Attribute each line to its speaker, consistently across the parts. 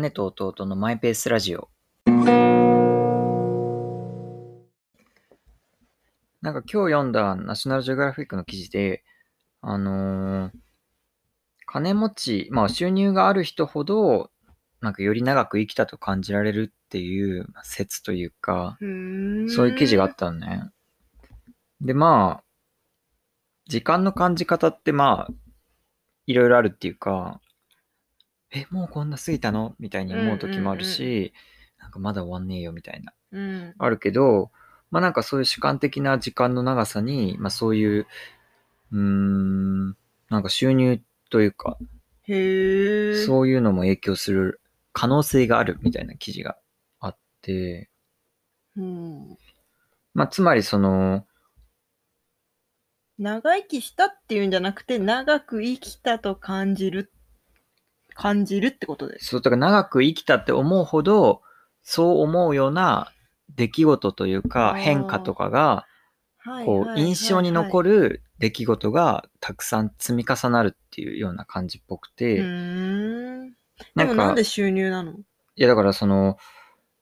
Speaker 1: 姉と弟のマイペースラジオ。なんか今日読んだナショナルジオグラフィックの記事で、あのー金持ち、まあ収入がある人ほど、なんかより長く生きたと感じられるっていうまあ説というか、そういう記事があったのね。で、まあ、時間の感じ方ってまあ、いろいろあるっていうか、え、もうこんな過ぎたのみたいに思う時もあるし、
Speaker 2: うん
Speaker 1: なんかまだ終わんねえよみたいな。
Speaker 2: うん。
Speaker 1: あるけど、まあなんかそういう主観的な時間の長さに、まあそういう、うーん、なんか収入というか、
Speaker 2: へえ。
Speaker 1: そういうのも影響する可能性があるみたいな記事があって、
Speaker 2: うん。
Speaker 1: まあつまりその、
Speaker 2: 長生きしたっていうんじゃなくて、長く生きたと感じる、感じるってことです。
Speaker 1: そうだから長く生きたって思うほど、そう思うような出来事という
Speaker 2: あ
Speaker 1: か
Speaker 2: ー
Speaker 1: 変化とかが、
Speaker 2: は
Speaker 1: こう印象に残
Speaker 2: る。
Speaker 1: る出来事がたくさん積み重なるっていうような感じっぽく
Speaker 2: う
Speaker 1: て、
Speaker 2: ーん。でもなんで収入なの
Speaker 1: いやだからその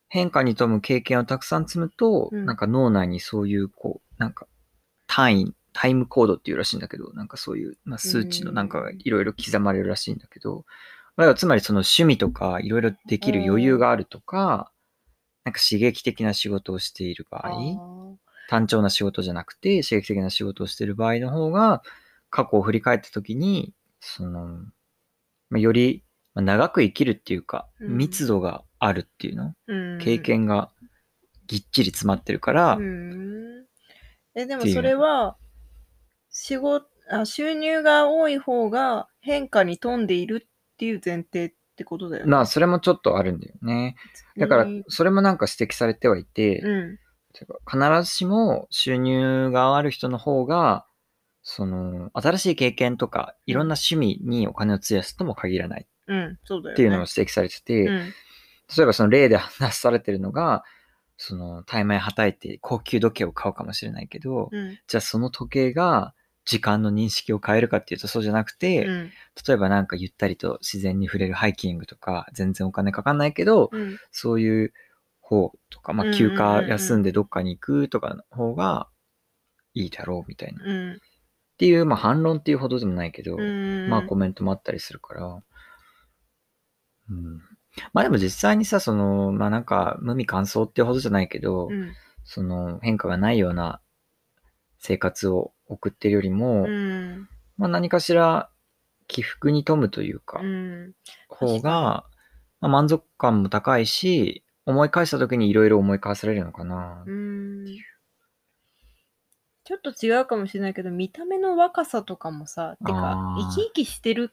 Speaker 1: 変化に富む経験をたくさん積むと、
Speaker 2: うん
Speaker 1: なんか脳内にそういうこうなんか単位タイムコードっていうらしいんだけどなんかそういう、まあ、数値の
Speaker 2: うん
Speaker 1: なんかいろいろ刻まれるらしいんだけど、まあ、つまりその趣味とかいろいろできる余裕があるとか、なんか刺激的な仕事をしている場
Speaker 2: あ
Speaker 1: 合
Speaker 2: ー
Speaker 1: 単調な仕事じゃなくて刺激的な仕事をしている場合の方が過去を振り返った時にその、まあ、よりまあ長く生きるっていうか
Speaker 2: うん
Speaker 1: 密度があるっていうの、
Speaker 2: うん
Speaker 1: 経験がぎっちり詰まってるから、
Speaker 2: うんえで
Speaker 1: っ
Speaker 2: も
Speaker 1: ていう
Speaker 2: それは仕事あ収入が多い方が変化に富んでいるっていう前提ってことだよね。
Speaker 1: まあそれもちょっとあるんだよねだから
Speaker 2: うん
Speaker 1: それもなんか指摘されてはいて、
Speaker 2: うん
Speaker 1: てか必ずしも収入がある人の方がその新しい経験とかいろんな趣味にお金を費やすとも限らない
Speaker 2: うんそうだよね。
Speaker 1: っていうのを指摘されてて、
Speaker 2: うん
Speaker 1: 例えばその例で話されてるのが、その、対面はたいて高級時計を買うかもしれないけど、
Speaker 2: うん
Speaker 1: じゃあその時計が時間の認識を変えるかっていうとそうじゃなくて、
Speaker 2: うん
Speaker 1: 例えばなんかゆったりと自然に触れるハイキングとか、全然お金かかんないけど、
Speaker 2: うん
Speaker 1: そういう方とか、ま
Speaker 2: うん
Speaker 1: あ
Speaker 2: うん
Speaker 1: 休暇休んでどっかに行くとかの方がいいだろうみたいな。っ
Speaker 2: うん
Speaker 1: ていう、まあ反論っていうほどでもないけど、
Speaker 2: うん
Speaker 1: まあコメントもあったりするから。うん。まあでも実際にさ、その、まあなんか無味乾燥ってほどじゃないけど、
Speaker 2: うん
Speaker 1: その変化がないような生活を送ってるよりも、
Speaker 2: うん
Speaker 1: まあ何かしら起伏に富むというか、
Speaker 2: うん
Speaker 1: 方が、まあ、満足感も高いし、思い返した時にいろいろ思い返されるのかな。
Speaker 2: うんちょっと違うかもしれないけど見た目の若さとかもさてか
Speaker 1: あー
Speaker 2: 生き生きしてる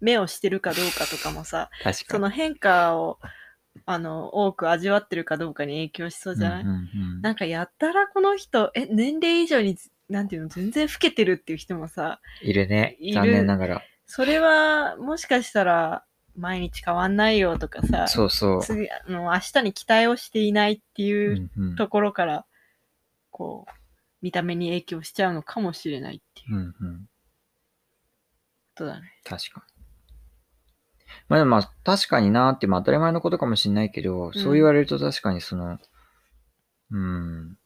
Speaker 2: 目をしてるかどうかとかもさ
Speaker 1: 確か
Speaker 2: そ
Speaker 1: に。
Speaker 2: の変化をあの多く味わってるかどうかに影響しそうじゃない、
Speaker 1: うんうんうん
Speaker 2: なんかやったらこの人え年齢以上になんていうの全然老けてるっていう人もさ
Speaker 1: いるね
Speaker 2: い。る
Speaker 1: 残念ながら。
Speaker 2: それはもしかしたら毎日変わんないよとかさ
Speaker 1: そうそう。
Speaker 2: 次あの明日に期待をしていないっていう
Speaker 1: うんうん
Speaker 2: ところから、こう見た目に影響しちゃうのかもしれないっていう
Speaker 1: う
Speaker 2: こ
Speaker 1: んうん
Speaker 2: とだね。
Speaker 1: 確かに。まあでもまあ確かになーって、まあ当たり前のことかもしれないけど、そう言われると確かにその、うん、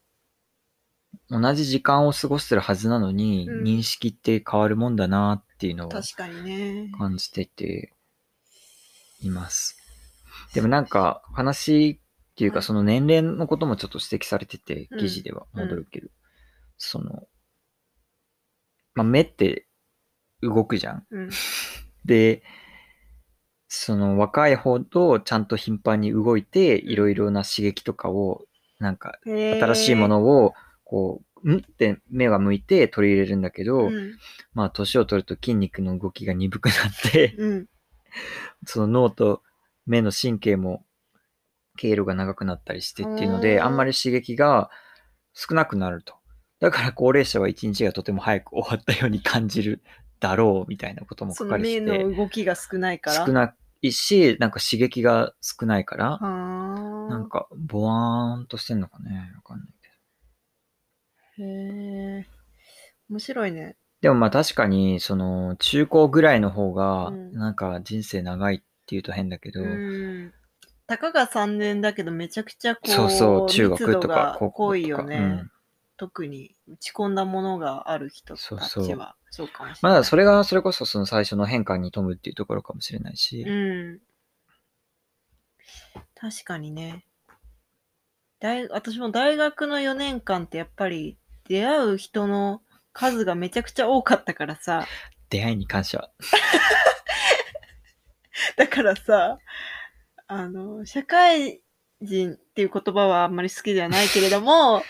Speaker 1: 同じ時間を過ごしてるはずなのに、
Speaker 2: うん
Speaker 1: 認識って変わるもんだなーっていうのを
Speaker 2: 確かにね。
Speaker 1: 感じてています。でもなんか話っていう
Speaker 2: は
Speaker 1: か
Speaker 2: い
Speaker 1: その年齢のこともちょっと指摘されてて、
Speaker 2: うん
Speaker 1: 記事では
Speaker 2: うん
Speaker 1: 戻るけど、その、まあ目って動くじゃん。
Speaker 2: うん
Speaker 1: で、その若いほどちゃんと頻繁に動いて、
Speaker 2: うん
Speaker 1: いろいろな刺激とかを、なんか
Speaker 2: 新
Speaker 1: 新しいものを、こう、んって目が向いて取り入れるんだけど、
Speaker 2: うん
Speaker 1: まあ年を取ると筋肉の動きが鈍くなって、
Speaker 2: うん
Speaker 1: その脳と目の神経も経路が長くなったりしてっていうので、
Speaker 2: うん
Speaker 1: あんまり刺激が少なくなると。だから高齢者は一日がとても早く終わったように感じるだろうみたいなことも
Speaker 2: そ
Speaker 1: 書
Speaker 2: の
Speaker 1: かれ
Speaker 2: 目
Speaker 1: てて。
Speaker 2: の動きが少ないから。
Speaker 1: 少ないし、なんか刺激が少ないから、
Speaker 2: は
Speaker 1: なんか、ボワーンとしてんのかね。わかんないけど。
Speaker 2: へえ。面白いね。
Speaker 1: でもまあ確かに、その、中高ぐらいの方が、
Speaker 2: うん
Speaker 1: なんか人生長いっっていうと変だけど、
Speaker 2: うんたかが3年だけどめちゃくちゃこう
Speaker 1: そうそう、中
Speaker 2: 密
Speaker 1: 学
Speaker 2: 度
Speaker 1: と
Speaker 2: が
Speaker 1: か高
Speaker 2: 濃
Speaker 1: 校
Speaker 2: い
Speaker 1: とか、
Speaker 2: よね、
Speaker 1: うん
Speaker 2: 特に打ち込んだものがある人たちは
Speaker 1: そう
Speaker 2: そう
Speaker 1: そう
Speaker 2: かもしれ
Speaker 1: ま
Speaker 2: ない。
Speaker 1: だそれがそれこそその最初の変化に富むっていうところかもしれないし、
Speaker 2: うん。確かにね。大私も大学の4年間ってやっぱり出会う人の数がめちゃくちゃ多かったから さ、
Speaker 1: 出会いに感謝。
Speaker 2: だからさ、あの、社会人っていう言葉はあんまり好きではないけれど も、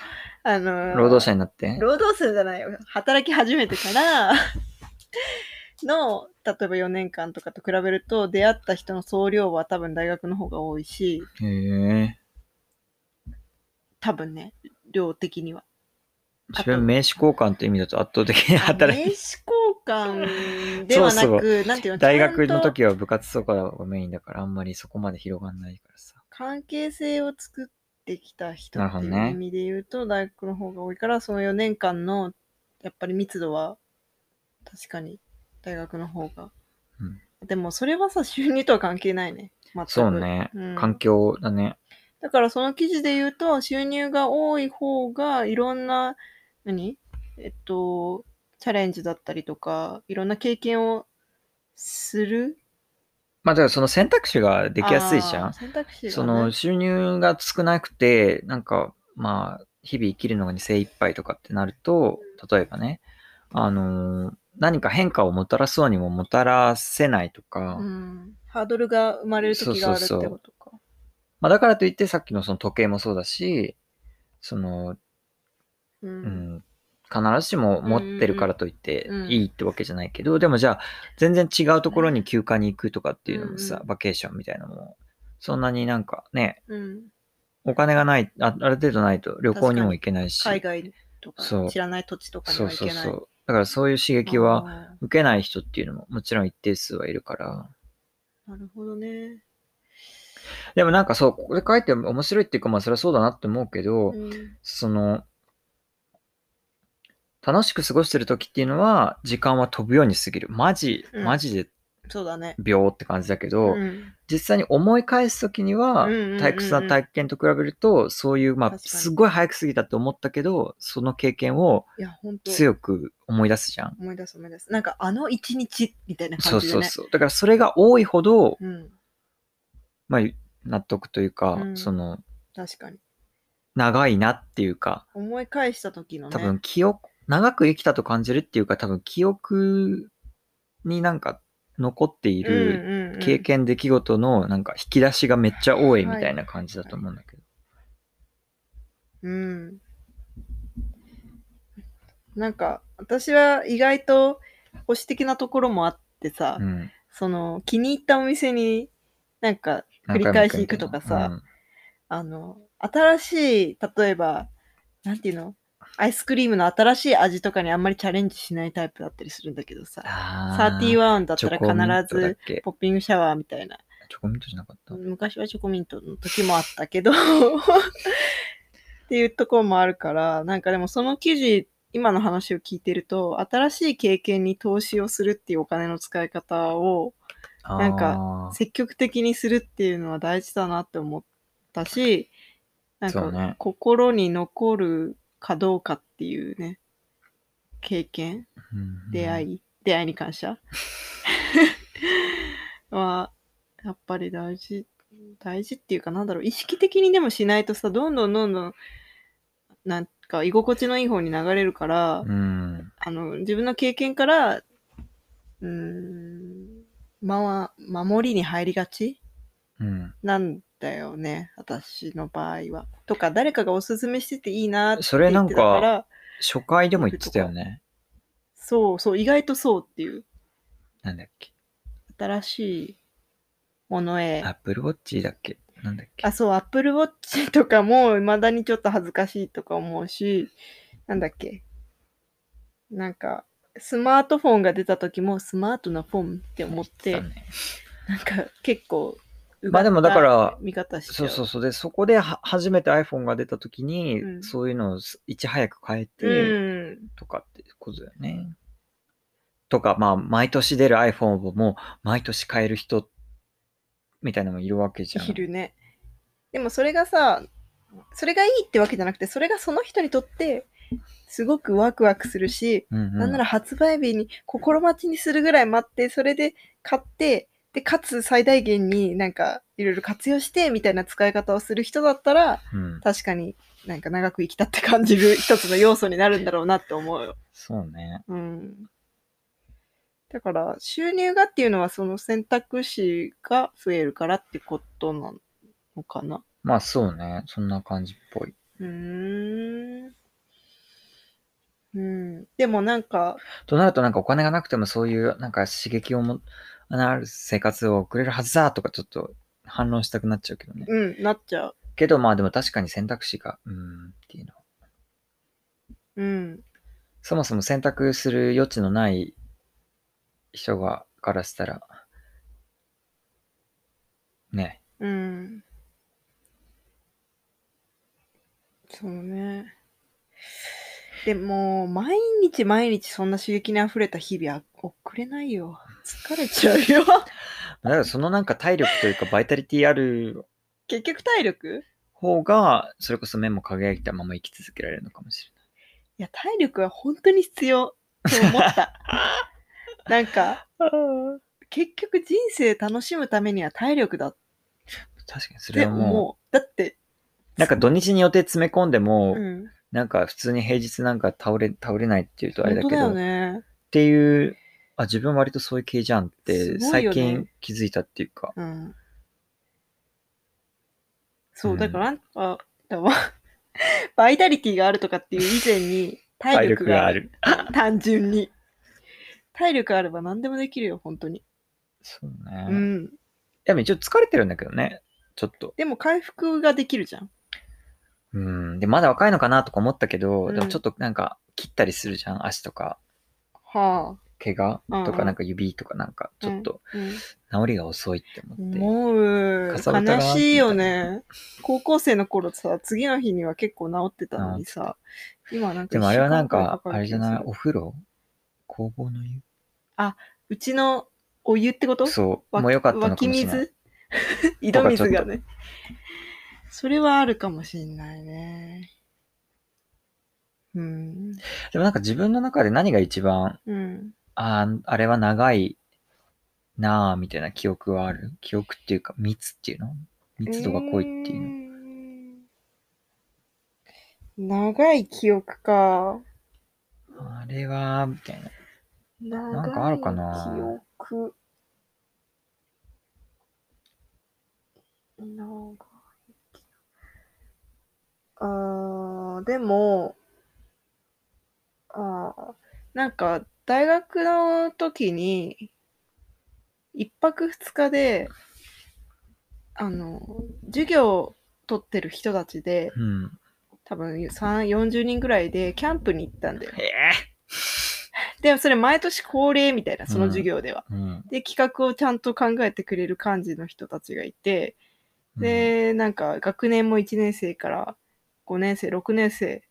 Speaker 2: あの、
Speaker 1: 労働者になって。
Speaker 2: 労働者じゃないよ働き始めてからの例えば4年間とかと比べると出会った人の総量は多分大学の方が多いし
Speaker 1: へえ。
Speaker 2: 多分ね量的には
Speaker 1: 自分名刺交換という意味だと圧倒的に 働い
Speaker 2: あ名
Speaker 1: て。
Speaker 2: 刺交換ではなく
Speaker 1: そう
Speaker 2: なんていうの
Speaker 1: 大学
Speaker 2: ちゃ
Speaker 1: の
Speaker 2: んと
Speaker 1: 時は部活とかがメインだからあんまりそこまで広がんないからさ。
Speaker 2: 関係性を作ってきた人
Speaker 1: なる
Speaker 2: っ
Speaker 1: ほ
Speaker 2: て
Speaker 1: ど
Speaker 2: い
Speaker 1: ね
Speaker 2: う意味で言うと、大学の方が多いからその4年間のやっぱり密度は確かに大学の方が、でもそれはさ収入とは関係ないね全く
Speaker 1: そうね。
Speaker 2: うん
Speaker 1: 環境だね。
Speaker 2: だからその記事で言うと、収入が多い方がいろんな、何えっと、チャレンジだったりとか、いろんな経験をする。
Speaker 1: まあだからその選択肢ができやすいじゃ
Speaker 2: あー
Speaker 1: ん。
Speaker 2: 選択肢が、ね。
Speaker 1: その収入が少なくて、なんかまあ日々生きるのに精一杯とかってなると、例えばね、あのー何か変化をもたらそうにももたらせないとか、
Speaker 2: うん、ハードルが生まれる時があるって
Speaker 1: そうそうそう
Speaker 2: ことか。
Speaker 1: まあ、だからといってさっきのその時計もそうだし、その、
Speaker 2: う。
Speaker 1: うんん、必ずしも持ってるからといって
Speaker 2: うんうん
Speaker 1: いいってわけじゃないけど、でもじゃあ全然違うところに休暇に行くとかっていうのもさ、
Speaker 2: うんうん
Speaker 1: バケーションみたいなのも、そんなになんかね、
Speaker 2: うん。
Speaker 1: お金がない、あある程度ないと旅行にも行けないし、
Speaker 2: 海外とか、
Speaker 1: そう
Speaker 2: 知らない土地とかに
Speaker 1: そう
Speaker 2: はいけ
Speaker 1: そう
Speaker 2: ない。
Speaker 1: そう。だからそういう刺激は
Speaker 2: は。
Speaker 1: 受けない人っていうのももちろん一定数はいるから、
Speaker 2: なるほどね。
Speaker 1: でもなんかそう、ここで書いて面白いっていうかまあそれはそうだなって思うけど、
Speaker 2: うん
Speaker 1: その、楽しく過ごしてる時っていうのは、時間は飛ぶように過ぎる。マジ、
Speaker 2: うん
Speaker 1: マジで
Speaker 2: そうだね。
Speaker 1: 秒って感じだけど、
Speaker 2: うん
Speaker 1: 実際に思い返す時には、
Speaker 2: うんうんうんうん
Speaker 1: 退屈な体験と比べると、そういう、まあ、
Speaker 2: 確かに
Speaker 1: すごい早く過ぎたって思ったけど、その経験を
Speaker 2: いや、本当
Speaker 1: 強く思い出すじゃん。
Speaker 2: 思い出す思い出す。なんか、あの一日みたいな
Speaker 1: そ
Speaker 2: 感
Speaker 1: う
Speaker 2: じ
Speaker 1: そ
Speaker 2: で
Speaker 1: う
Speaker 2: ね。
Speaker 1: そう。だからそれが多いほど、
Speaker 2: うん。
Speaker 1: まあ、納得というか、
Speaker 2: うん
Speaker 1: その、
Speaker 2: 確かに。
Speaker 1: 長いなっていうか、
Speaker 2: 思い返した時のね。
Speaker 1: 多分記憶、長く生きたと感じるっていうか、多分記憶になんか残っている
Speaker 2: る
Speaker 1: 経験、出来事のなんか引き出しがめっちゃ多いみたいな感じだと思うんだけど。
Speaker 2: うん。なんか、私は意外と保守的なところもあってさ、
Speaker 1: うん。
Speaker 2: その気に入ったお店になんか繰り
Speaker 1: 何回も
Speaker 2: 返し行くとかさ、
Speaker 1: うん
Speaker 2: あの、新しい、例えば、なんていうのアイスクリームの新しい味とかにあんまりチャレンジしないタイプだったりするんだけどさ、
Speaker 1: あー
Speaker 2: 31だっ
Speaker 1: チ
Speaker 2: た
Speaker 1: ョコミントだ
Speaker 2: ら
Speaker 1: っ
Speaker 2: 必ず
Speaker 1: け
Speaker 2: ポッピングシャワーみたいな
Speaker 1: チョコミントじゃなかった。
Speaker 2: 昔はチョコミントの時もあった けどっていうところもあるからなんかでもその記事今の話を聞いてると新しい経験に投資をするっていうお金の使い方をなんか
Speaker 1: あー
Speaker 2: 積極的にするっていうのは大事だなって思ったしなん
Speaker 1: そう
Speaker 2: か
Speaker 1: ね
Speaker 2: 心に残るかどうかっていうね経験
Speaker 1: うん
Speaker 2: 出会い、出会いに 感謝は、やっぱり大事、大事っていうかなんだろう、意識的にでもしないとさ、どんどんどんどん、なんか居心地のいい方に流れるから、
Speaker 1: うん。
Speaker 2: あの、自分の経験から、うーん、まあ、守りに入りがち
Speaker 1: うん。
Speaker 2: なんだよね、私の場合は。とか、誰かがおすすめしてていいなって
Speaker 1: それなんか
Speaker 2: 言ってたら、
Speaker 1: 初回でも言ってたよね。
Speaker 2: そうそう、意外とそうっていう。
Speaker 1: なんだっけ。
Speaker 2: 新しいものへ
Speaker 1: ア。ップルウォッチだっけ。なんだっけ
Speaker 2: あ、。そう、Apple Watch とかも未だにちょっと恥ずかしいとか思うし、なんだっけ。なんか、スマートフォンが出た時もスマートなフォンって思って、
Speaker 1: だね
Speaker 2: なんか結構、
Speaker 1: まあでもだから、
Speaker 2: 見方しち
Speaker 1: そ
Speaker 2: ゃう。
Speaker 1: うそうそう。で、そこでは初めて iPhone が出たときに、
Speaker 2: うん
Speaker 1: そういうのをすいち早く変えて
Speaker 2: うん。
Speaker 1: とかってことだよね。とか、まあ、毎年出る iPhone をもう毎年変える人みたいなのもいるわけじゃん。
Speaker 2: いるね。でもそれがさ、それがいいってわけじゃなくて、それがその人にとって、すごくワクワクするし、
Speaker 1: うんうん、
Speaker 2: なんなら発売日に心待ちにするぐらい待って、それで買って、で、かつ最大限になんかいろいろ活用してみたいな使い方をする人だったら、
Speaker 1: うん、
Speaker 2: 確かになんか長く生きたって感じる一つの要素になるんだろうなって思うよ。
Speaker 1: そうね。
Speaker 2: うん。だから収入がっていうのはその選択肢が増えるからってことなのかな。
Speaker 1: まあそうね。そんな感じっぽい。
Speaker 2: うーん。うん、でもなんか、
Speaker 1: となるとなんかお金がなくてもそういうなんか刺激をもある生活を送れるはずだとかちょっと反論したくなっちゃうけどね。
Speaker 2: うん、なっちゃう。
Speaker 1: けどまあでも確かに選択肢が、うーんっていうの。
Speaker 2: うん、
Speaker 1: そもそも選択する余地のない人がからしたら、ね。
Speaker 2: うん。そうね。でも、毎日毎日そんな刺激に溢れた日々は送れないよ。疲れちゃうよ。
Speaker 1: だからそのなんか体力というかバイタリティある
Speaker 2: 結局体力
Speaker 1: 方が、それこそ目も輝いたまま生き続けられるのかもしれない。
Speaker 2: いや、体力は本当に必要と 思った。なんか、結局人生楽しむためには体力だっ
Speaker 1: 確かにそれ
Speaker 2: て
Speaker 1: は
Speaker 2: 思う。
Speaker 1: も
Speaker 2: だって、
Speaker 1: う、なんか土日に予定詰め込んでも、
Speaker 2: うん、
Speaker 1: なんか普通に平日なんか倒れ、倒れないっていうとあれだ
Speaker 2: 本当
Speaker 1: け
Speaker 2: だ
Speaker 1: ど、
Speaker 2: よね。
Speaker 1: っていう、あ、自分割とそういう系じゃんって、
Speaker 2: すごい
Speaker 1: 最
Speaker 2: よね
Speaker 1: 近気づいたっていうか、
Speaker 2: うん。そうう、
Speaker 1: ん
Speaker 2: だからなんか、だわ バイタリティがあるとかっていう以前に、体力がある。
Speaker 1: る。
Speaker 2: 単純に。体力あれば何でもできるよ、本当に。
Speaker 1: そう
Speaker 2: う
Speaker 1: ね。
Speaker 2: ん。
Speaker 1: でも一応疲れてるんだけどね、ちょっと。
Speaker 2: でも回復ができるじゃん。
Speaker 1: うん。で、まだ若いのかなとか思ったけど、
Speaker 2: うん
Speaker 1: でもちょっとなんか切ったりするじゃん、足とか、
Speaker 2: は
Speaker 1: 怪我
Speaker 2: うん
Speaker 1: とかなんか指とかなんか、ちょっと
Speaker 2: あ。うん
Speaker 1: 治りが遅いって思って。
Speaker 2: 思う
Speaker 1: かさぶた
Speaker 2: 悲
Speaker 1: が
Speaker 2: しいよね高校生の頃さ次の日には結構治ってたのにさ今なんか
Speaker 1: でもあれはなん
Speaker 2: 一週間
Speaker 1: か、
Speaker 2: く
Speaker 1: あ
Speaker 2: ら
Speaker 1: れ
Speaker 2: い
Speaker 1: じゃ
Speaker 2: かかる気
Speaker 1: ない、
Speaker 2: がする
Speaker 1: お風呂工房の湯
Speaker 2: うちのお湯ってこと
Speaker 1: そう、
Speaker 2: わ
Speaker 1: もう良かったの
Speaker 2: 湧
Speaker 1: か
Speaker 2: き
Speaker 1: もしれない。
Speaker 2: 水 井戸水
Speaker 1: とかちょ
Speaker 2: が
Speaker 1: っ
Speaker 2: ねそれはあるかもしんないねうん
Speaker 1: でもなんか自分の中で何が一番、
Speaker 2: うん
Speaker 1: あーあれは長いなぁ、みたいな記憶はある記憶っていうか、密っていうの密度が濃いっていうの。
Speaker 2: うーん長い記憶か
Speaker 1: あれは、みたいな。
Speaker 2: なん
Speaker 1: かあるかな
Speaker 2: 記憶。長い記憶。あーでも、あーなんか、大学の時に、一泊二日で、あの、授業を取ってる人たちで、
Speaker 1: うん。
Speaker 2: 多分3、40人ぐらいで、キャンプに行ったんだよ。
Speaker 1: へえ。
Speaker 2: でもそれ毎年恒例みたいな、その授業では。
Speaker 1: うん。
Speaker 2: で、企画をちゃんと考えてくれる幹事の人たちがいて、で、なんか学年も1年生から5年生、6年生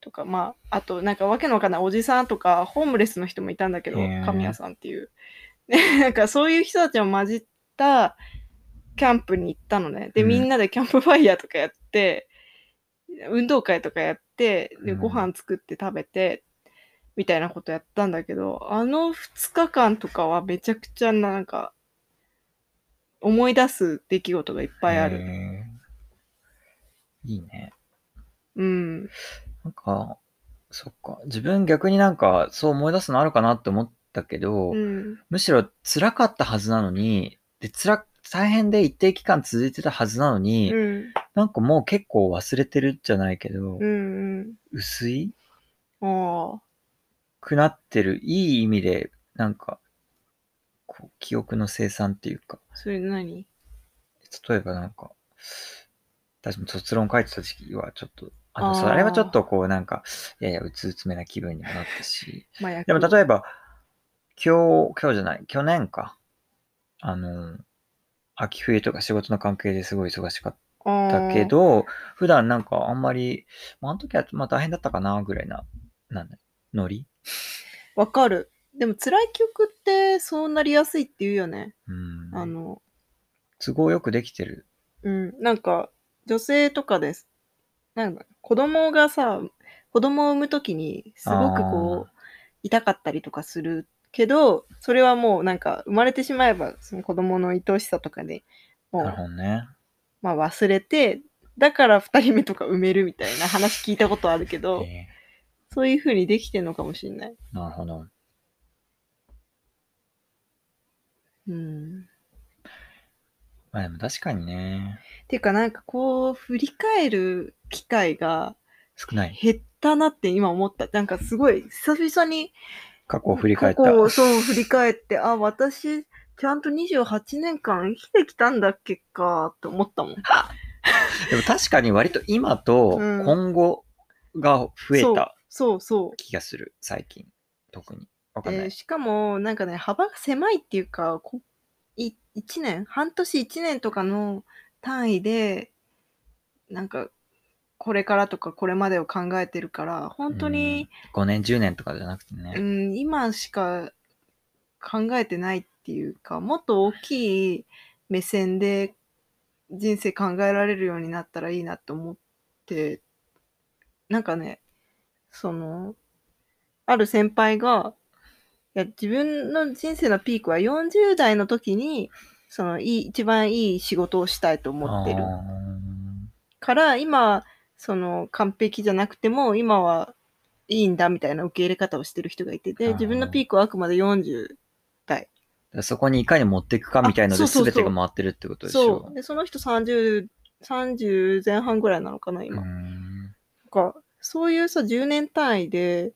Speaker 2: とか、まあ、あとなんかわけのわかんないおじさんとか、ホームレスの人もいたんだけど
Speaker 1: へー、
Speaker 2: 神谷さんっていう。で、なんかそういう人たちを混じったキャンプに行ったのね。で、
Speaker 1: うん
Speaker 2: みんなでキャンプファイヤーとかやって、運動会とかやって、で
Speaker 1: うん
Speaker 2: ご飯作って食べて、みたいなことやったんだけど、あの2日間とかはめちゃくちゃなんか、思い出す出来事がいっぱいある。
Speaker 1: へえいいね。
Speaker 2: うん。
Speaker 1: なんか、そっか。自分逆になんか、そう思い出すのあるかなって思ったけど、
Speaker 2: うん。
Speaker 1: むしろ辛かったはずなのに、で、辛、大変で一定期間続いてたはずなのに、
Speaker 2: うん。
Speaker 1: なんかもう結構忘れてるじゃないけど、
Speaker 2: うん。
Speaker 1: 薄い
Speaker 2: うん。ああ。
Speaker 1: くなってる、いい意味で、なんか、こう、記憶の生産っていうか、
Speaker 2: それ何
Speaker 1: 例えばなんか、私も卒論書いてた時期はちょっと、あの、
Speaker 2: あー
Speaker 1: それはちょっとこうなんか、いやいや、うつうつめな気分にもなった し、
Speaker 2: 麻薬
Speaker 1: でも例えば、今日、今日じゃない、去年か。あの、秋冬とか仕事の関係ですごい忙しかっ
Speaker 2: あー
Speaker 1: たけど、普段なんかあんまり、まあ、あの時はまあ大変だったかな、ぐらいな、なんだ、ノリ
Speaker 2: わかる。でも辛い曲ってそうなりやすいって言うよね。
Speaker 1: うん。
Speaker 2: あの、
Speaker 1: 都合よくできてる。
Speaker 2: うん、なんか、女性とかです。なんだ、子供がさ、子供を産むときに、すごくこう、痛かったりとかするけど、それはもうなんか、生まれてしまえば、その子供の愛おしさとかで、も
Speaker 1: なるほ
Speaker 2: う、
Speaker 1: どね。
Speaker 2: まあ忘れて、だから二人目とか産めるみたいな話聞いたことあるけど、
Speaker 1: え
Speaker 2: そういう風にできてんのかもしれない。
Speaker 1: ーなるほど。
Speaker 2: うん。
Speaker 1: まあでも確かにね、
Speaker 2: ていうかなんかこう、振り返る機会が
Speaker 1: 少ない。
Speaker 2: 減ったなって今思った。なんかすごい、久々に、
Speaker 1: 過去を振り返った。
Speaker 2: 過去をそう振り返って、あ、私、ちゃんと28年間生きてきたんだっけか、と思ったもん。
Speaker 1: でも確かに割と今と
Speaker 2: うん
Speaker 1: 今後が増えた
Speaker 2: そうそ
Speaker 1: 気がする、最近。特に。わ
Speaker 2: う。
Speaker 1: かんない。
Speaker 2: えーしかも、なんかね、幅が狭いっていうか、こい1年、半年1年とかの単位で、なんか、これからとかこれまでを考えてるから、本当に、
Speaker 1: 5年、10年とかじゃなくてね。
Speaker 2: うん、今しか考えてないっていうかもっと大きい目線で人生考えられるようになったらいいなと思ってなんかねそのある先輩がいや自分の人生のピークは40代の時にそのいい一番いい仕事をしたいと思ってる
Speaker 1: あ
Speaker 2: から今その完璧じゃなくても今はいいんだみたいな受け入れ方をしてる人がいて
Speaker 1: あ
Speaker 2: で
Speaker 1: ー
Speaker 2: 自分のピークはあくまで40
Speaker 1: ーそこにいかに持っていくかみたいので
Speaker 2: あそうそうそう
Speaker 1: 全てが回ってるってことでし
Speaker 2: そ
Speaker 1: ょ
Speaker 2: うでその人 30, 30前半ぐらいなのかな
Speaker 1: う
Speaker 2: 今、
Speaker 1: ん。
Speaker 2: なんかそういうさ10年単位で、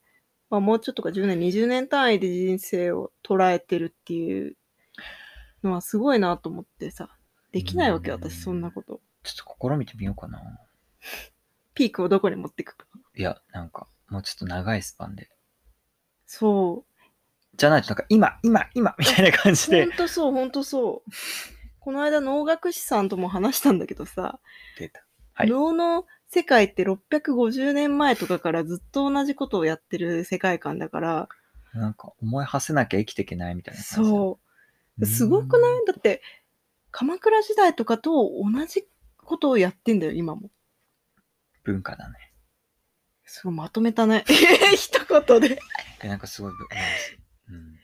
Speaker 2: まあ、もうちょっとか10年20年単位で人生を捉えてるっていうのはすごいなと思ってさできないわけ
Speaker 1: うん
Speaker 2: 私そんなこと
Speaker 1: ちょっと試みてみようかな。
Speaker 2: ピークをどこに持っていくか
Speaker 1: いや、なんか、もうちょっと長いスパンで。
Speaker 2: そう
Speaker 1: じゃないと、なんか、今、今、今みたいな感じ
Speaker 2: ほ
Speaker 1: で
Speaker 2: ん。とそう、ほんとそう。この間、能楽師さんとも話したんだけどさ、
Speaker 1: 出たはい
Speaker 2: 能の世界って650年前とかからずっと同じことをやってる世界観だから、
Speaker 1: なんか、思い馳せなきゃ生きていけないみたいな感じだ。
Speaker 2: そうう。
Speaker 1: ん
Speaker 2: すごくないだって、鎌倉時代とかと同じことをやってんだよ、今も。
Speaker 1: 文化だね。
Speaker 2: すごいまとめたね。 一言で。
Speaker 1: でなんかすごいぶ、うん、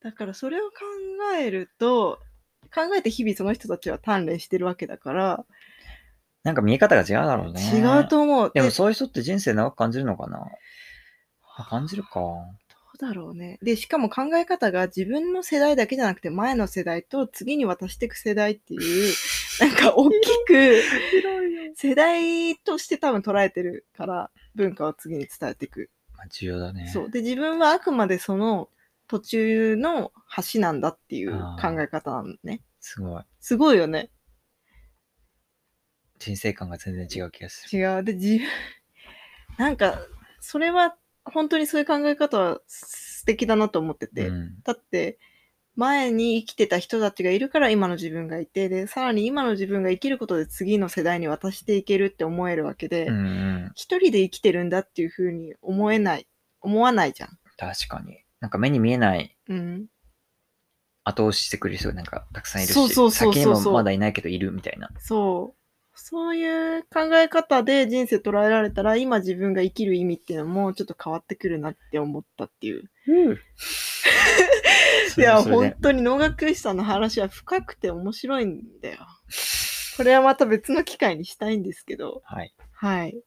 Speaker 2: だからそれを考えると、考えて日々その人たちは鍛錬してるわけだから、
Speaker 1: なんか見え方が違うだろうね。
Speaker 2: 違うと思う。
Speaker 1: でも
Speaker 2: で
Speaker 1: そういう人って人生長く感じるのかなあ感じるか。
Speaker 2: どうだろうね。で、しかも考え方が自分の世代だけじゃなくて、前の世代と次に渡していく世代って いう、なんか大きく、世代として多分捉えてるから、文化を次に伝えていく。
Speaker 1: まあ、重要だね。
Speaker 2: そう。で、自分はあくまでその途中の橋なんだっていう
Speaker 1: あー
Speaker 2: 考え方なのね。
Speaker 1: すごい。
Speaker 2: すごいよね。
Speaker 1: 人生観が全然違う気がする。
Speaker 2: 違う。で、自分、なんか、それは本当にそういう考え方は素敵だなと思ってて。
Speaker 1: うん、
Speaker 2: だって前に生きてた人たちがいるから今の自分がいてでさらに今の自分が生きることで次の世代に渡していけるって思えるわけで、
Speaker 1: うんうん、
Speaker 2: 一人で生きてるんだっていうふうに思えない思わないじゃん。
Speaker 1: 確かに。なんか目に見えない
Speaker 2: うん、
Speaker 1: 後押ししてくれる人がなんかたくさんいるし、
Speaker 2: そうそうそうそう
Speaker 1: 先にもまだいないけどいるみたいな。
Speaker 2: そうそういう考え方で人生捉えられたら今自分が生きる意味っていうのもちょっと変わってくるなって思ったっていう。
Speaker 1: それ
Speaker 2: いや
Speaker 1: は それ
Speaker 2: 本
Speaker 1: で
Speaker 2: 当に能楽師さんの話は深くて面白いんだよ。これはまた別の機会にしたいんですけど。
Speaker 1: はい。
Speaker 2: はい。